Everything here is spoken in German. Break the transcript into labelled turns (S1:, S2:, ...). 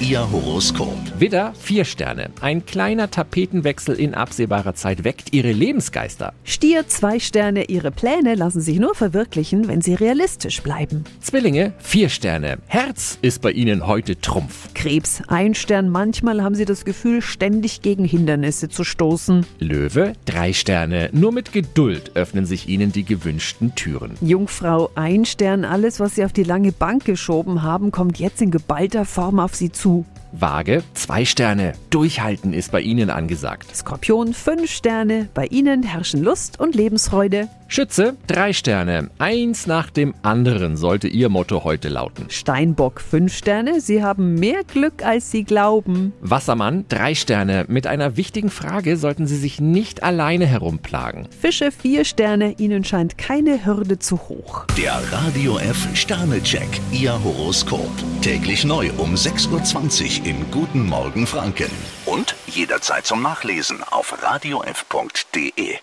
S1: Ihr Horoskop.
S2: Widder, vier Sterne. Ein kleiner Tapetenwechsel in absehbarer Zeit weckt ihre Lebensgeister.
S3: Stier, zwei Sterne, Ihre Pläne lassen sich nur verwirklichen, wenn sie realistisch bleiben.
S2: Zwillinge, vier Sterne. Herz ist bei ihnen heute Trumpf.
S3: Krebs, ein Stern, manchmal haben Sie das Gefühl, ständig gegen Hindernisse zu stoßen.
S2: Löwe, drei Sterne. Nur mit Geduld öffnen sich ihnen die gewünschten Türen.
S3: Jungfrau, ein Stern, alles, was Sie auf die lange Bank geschoben haben, kommt jetzt in geballter Form auf Sie zu.
S2: Waage, zwei Sterne. Durchhalten ist bei ihnen angesagt.
S3: Skorpion, fünf Sterne, bei Ihnen herrschen Lust und Lebensfreude.
S2: Schütze, drei Sterne. Eins nach dem anderen sollte ihr Motto heute lauten.
S3: Steinbock, fünf Sterne, Sie haben mehr Glück, als Sie glauben.
S2: Wassermann, drei Sterne. Mit einer wichtigen Frage sollten Sie sich nicht alleine herumplagen.
S3: Fische, vier Sterne, Ihnen scheint keine Hürde zu hoch.
S1: Der Radio F Sternecheck. Ihr Horoskop. Täglich neu um 6.20 Uhr im Guten Morgen Franken. Und jederzeit zum Nachlesen auf radiof.de.